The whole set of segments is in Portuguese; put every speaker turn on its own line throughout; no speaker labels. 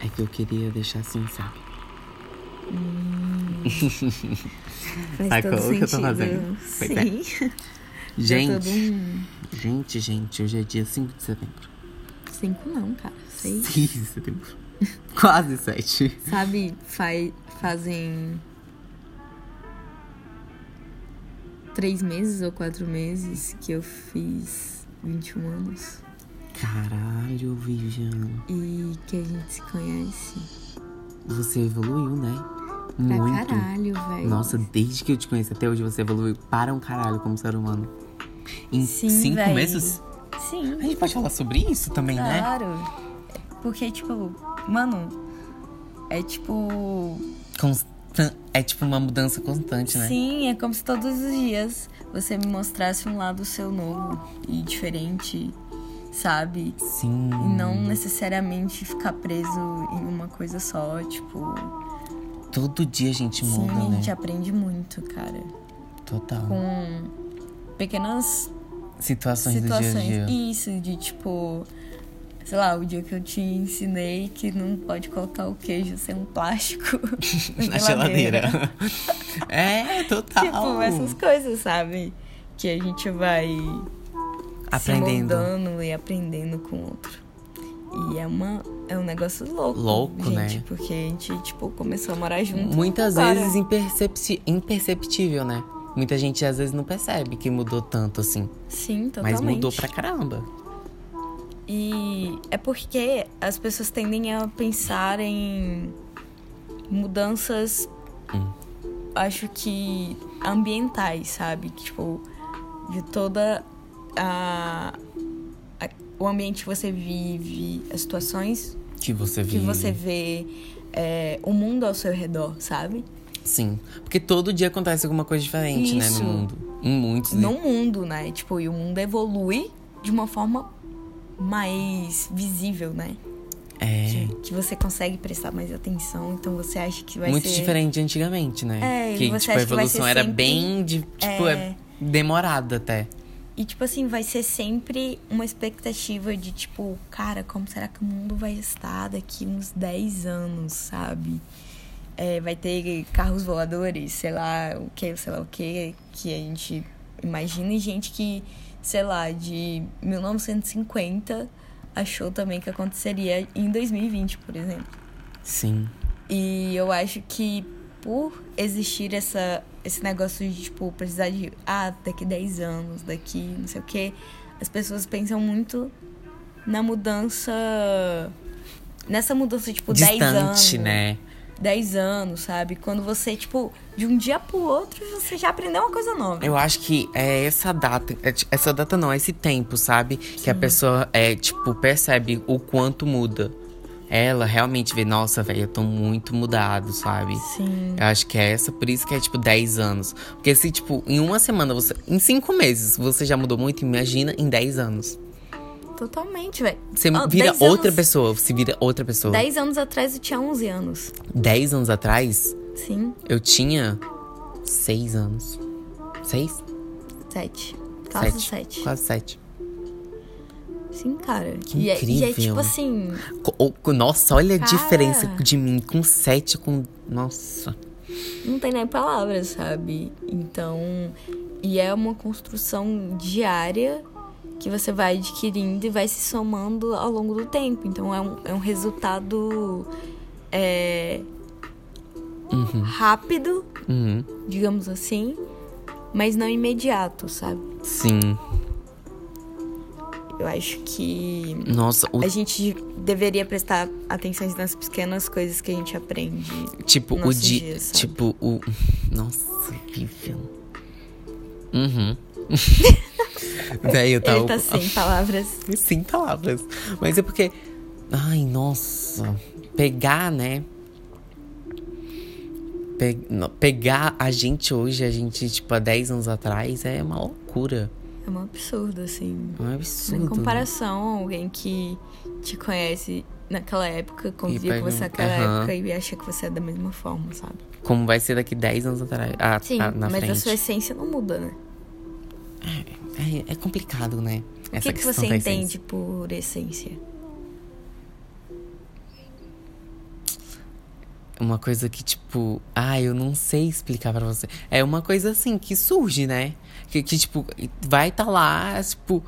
É que eu queria deixar assim, sabe?
Hum, faz
Sacou
todo
o que eu tô
sentido.
fazendo? Pois é.
Sim. Deu todo
Gente,
um-
gente, gente, hoje é dia 5 de setembro.
Cinco não, cara. Seis.
6 de setembro. Quase 7.
Sabe, faz, fazem três meses ou quatro meses que eu fiz 21 anos
Caralho, Vivian.
e que a gente se conhece
Você evoluiu, né?
pra
Muito.
caralho, velho.
Nossa, desde que eu te conheço até hoje, você evoluiu para um caralho como ser humano. Em
Sim,
cinco
véi.
meses?
Sim,
A gente pode falar sobre isso também, né?
claro. Porque, tipo, mano, é tipo.
Constan- É tipo uma mudança constante, né?
Sim, é como se todos os dias você me mostrasse um lado seu novo e diferente, sabe?
Sim.
E não necessariamente ficar preso em uma coisa só, tipo.
Todo dia a gente
Sim,
muda,
a
né?
gente aprende muito, cara.
Total.
Com pequenas
Situações,
situações.
do dia a dia.
Isso, de tipo. Sei lá, o dia que eu te ensinei que não pode colocar o queijo sem um plástico
Na geladeira. é, total.
Tipo, essas coisas, sabe? Que a gente vai
Aprendendo.
se moldando e aprendendo com o outro. E é, uma, é um negócio louco.
Louco,
gente,
né?
Porque a gente, tipo, começou a morar junto.
Muitas
agora.
vezes impercepci- imperceptível, né? Muita gente às vezes não percebe que mudou tanto assim.
Sim,
Mas
totalmente.
mudou pra caramba.
E é porque as pessoas tendem a pensar em mudanças,
Hum.
acho que ambientais, sabe? Que, Tipo, de toda a, a- o ambiente que você vive, as situações
Que você
que
viu.
você vê, é, o mundo ao seu redor, sabe?
Sim. Porque todo dia acontece alguma coisa diferente, né?
Isso.
No mundo. Em muitos.
No mundo, né? Tipo, e o mundo evolui de uma forma mais visível, né?
É.
que- que você consegue prestar mais atenção, então você acha que vai
muito
ser
diferente de antigamente, né?
É, e
que,
você
tipo, a
acha que vai ser
evolução era
sempre-
bem. De, tipo, é...
É.
demorada até.
e tipo assim, vai ser sempre uma expectativa de tipo, cara, como será que o mundo vai estar daqui uns 10 anos, sabe? É, vai ter carros voadores, sei lá, o que, sei lá o que, que a gente imagina e gente que, sei lá, de 1950 achou também que aconteceria em 2020, por exemplo.
Sim.
E eu acho que por existir essa, esse negócio de, tipo, precisar de, ah, daqui 10 anos, daqui não sei o quê, as pessoas pensam muito na mudança. Nessa mudança, tipo, 10 anos.
Distante, né?
10 anos, sabe? Quando você, tipo, de um dia pro outro, você já aprendeu uma coisa nova.
Eu acho que é essa data, é ti- essa data não, é esse tempo, sabe? Que a pessoa é, tipo, percebe o quanto muda. Ela realmente vê, nossa, velho, eu tô muito mudado, sabe?
Sim.
Eu acho que é essa, por isso que é tipo 10 anos. Porque se, tipo, em uma semana, você. Em cinco meses você já mudou muito, imagina em 10 anos.
Totalmente, velho.
Você
Ah,
vira
10
outra
anos-
pessoa, você vira outra pessoa. 10...
10 anos atrás eu tinha 11 anos.
anos atrás,
Sim,
eu tinha 6 anos. 6?
7. Quase 7.
Quase 7.
Sim, cara.
Que
e, é, e é
incrível.
tipo assim,
Co- o- co- Nossa, olha a
Cara.
diferença de mim com 7 com. Nossa.
não tem nem palavras, sabe? Então, e é uma construção diária que você vai adquirindo e vai se somando ao longo do tempo. Então é um, é um resultado é,
Uhum.
rápido,
Uhum.
digamos assim, mas não imediato, sabe?
Sim.
Eu acho que
Nossa, o,
a gente deveria prestar atenção nas pequenas coisas que a gente aprende.
tipo, o
nossos
dia.
dias, sabe?
tipo, o. Nossa, Vivian. Uhum. Daí eu tava.
Ele tá sem palavras.
Sem palavras. Mas é porque. Ai, nossa. Pegar, né? Pe- no- Pegar a gente hoje, a gente, tipo, há 10 anos atrás, é uma loucura.
É um absurdo, assim.
É um
Em
absurdo. né?
comparação, alguém que te conhece naquela época, convivia com
pergunta,
você naquela
aham.
época e acha que você é da mesma forma, sabe?
Como vai ser daqui 10 anos atrás. Ah,
Sim,
ah, na
mas
frente.
a sua essência não muda, né?
É, é complicado, né?
O que, que você entende por essência?
uma coisa que, tipo, ah, eu não sei explicar pra você. É uma coisa assim que surge, né? Que, que tipo, vai tá lá, tipo.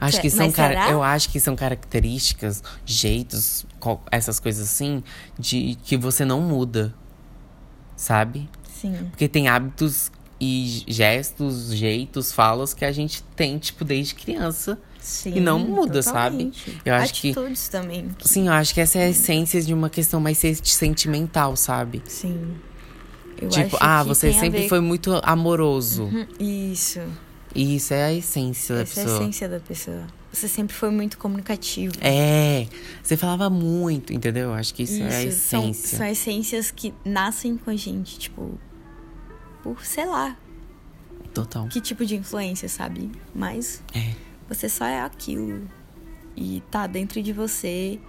Acho que
Mas
são cara-
será?
eu acho que são características, jeitos, co- essas coisas assim, de que você não muda. Sabe?
Sim.
Porque tem hábitos e gestos, jeitos, falas que a gente tem, tipo, desde criança.
Sim.
E não muda, sabe?
totalmente.
Eu acho que-
Atitudes também. que-
Sim, eu acho que essa é a essência de uma questão mais se- sentimental, sabe?
Sim. Eu
tipo,
acho
ah,
que
você
tem a
sempre
ver-
foi muito amoroso.
Isso.
E isso é a essência da
Essa é a
pessoa.
essência da pessoa. Você sempre foi muito comunicativo.
É, você falava muito, entendeu? Eu Acho que isso, é a
são-
essência.
São, essências que nascem com a gente, tipo. Por, sei lá,
Total.
que tipo de influência, sabe? Mas
É.
você só é aquilo. E tá dentro de você.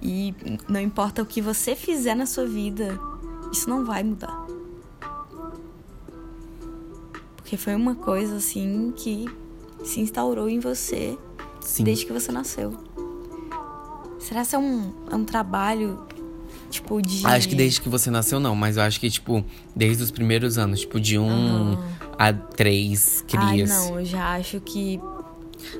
E não importa o que você fizer na sua vida, isso não vai mudar. Porque foi uma coisa assim que se instaurou em você
Sim.
desde que você nasceu. Será que é um, é um trabalho, tipo, de.
Acho que desde que você nasceu, não, mas eu acho que, tipo, desde os primeiros anos, tipo, de um a três
Ai,
crias.
Ah, não, eu já acho que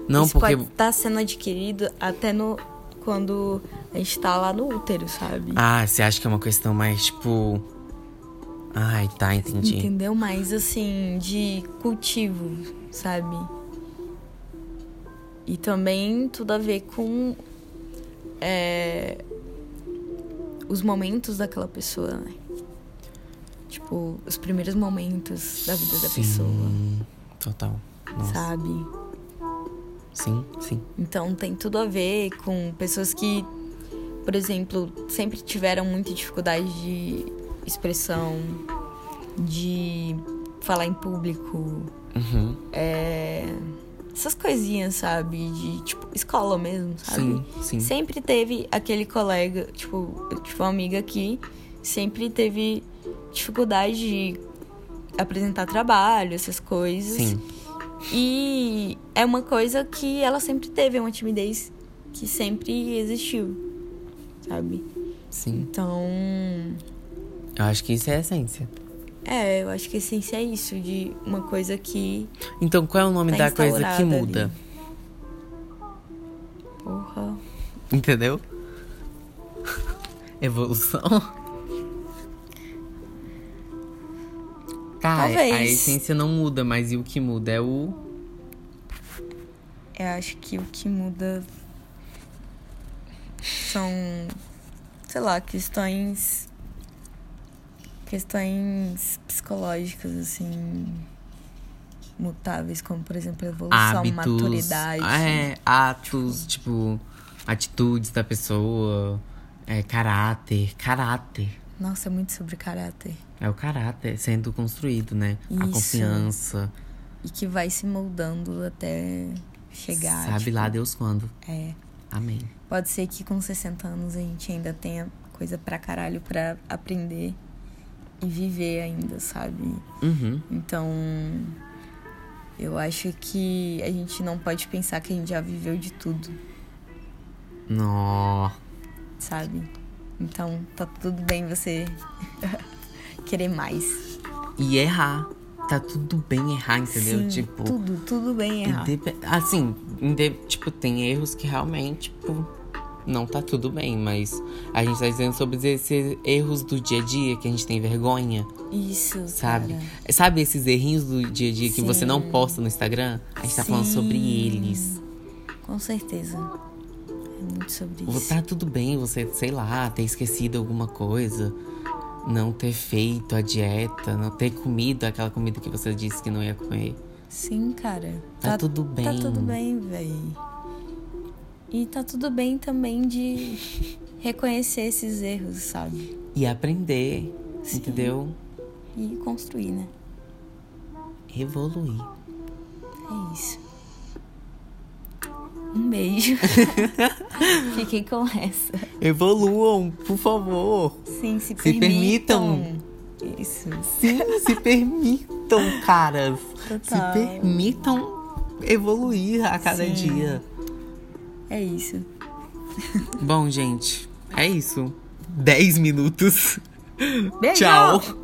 Não,
isso
porque.
pode estar sendo adquirido até no quando a gente tá lá no útero, sabe?
Ah, você acha que é uma questão mais, tipo. Ai, tá, entendi.
Entendeu? Mas assim, de cultivo, sabe? E também tudo a ver com é, os momentos daquela pessoa, né? Tipo, os primeiros momentos da vida da
Sim,
pessoa,
Total. Nossa.
sabe?
Sim, sim.
Então tem tudo a ver com pessoas que, por exemplo, sempre tiveram muita dificuldade de expressão, de falar em público, é,
Uhum.
essas coisinhas, sabe? De tipo escola mesmo, sabe?
Sim, sim.
Sempre teve aquele colega, tipo, eu tive uma amiga que sempre teve dificuldade de apresentar trabalho, essas coisas.
Sim.
E é uma coisa que ela sempre teve, é uma timidez que sempre existiu, sabe?
Sim.
Então,
Eu acho que isso é a essência.
é, eu acho que a essência é isso, de uma coisa que,
Então, qual é o nome da
Tá
coisa que
instaurada
muda?
porra,
Entendeu? Evolução? Tá,
Talvez.
a essência não muda, mas e o que muda é o.
eu acho que o que muda são, sei lá, questões questões psicológicas assim mutáveis, como por exemplo, evolução,
hábitos.
maturidade.
É, atos, tipo, atitudes da pessoa, é, caráter. Caráter.
Nossa, é muito sobre caráter.
É o caráter sendo construído, né? A
Isso.
confiança.
E que vai se moldando até chegar.
sabe
tipo,
lá Deus quando.
É.
Amém.
Pode ser que com 60 anos a gente ainda tenha coisa pra caralho pra aprender e viver ainda, sabe?
Uhum.
Então. Eu acho que a gente não pode pensar que a gente já viveu de tudo,
Nó.
sabe? Então, tá tudo bem você querer mais.
E errar. Tá tudo bem errar, entendeu?
Sim,
tipo.
tudo, tudo bem errar.
Indep- Assim, inde- tipo, tem erros que realmente, tipo, não tá tudo bem, mas a gente tá dizendo sobre esses erros do dia a dia que a gente tem vergonha,
Isso,
sabe?
cara.
Sabe esses errinhos do dia a dia que você não
É. Sim.
posta no Instagram? A gente tá falando sobre
Sim.
eles.
Com certeza. É muito sobre
Ou
isso.
Tá tudo bem você, sei lá, ter esquecido alguma coisa, não ter feito a dieta, não ter comido aquela comida que você disse que não ia comer.
Sim, cara.
Tá tudo
Tá
bem.
tudo bem, véi. E tá tudo bem também de reconhecer esses erros, sabe?
E aprender,
Sim.
entendeu?
E construir, né?
Evoluir.
É isso. Um beijo. Fiquei com essa.
Evoluam, por favor.
Sim, se
Se permitam.
permitam. Isso.
Sim, se permitam, caras.
Total.
Se permitam evoluir a cada
Tá. Sim.
dia.
É isso.
Bom, gente, é isso. 10 minutos.
Beijo!
Tchau.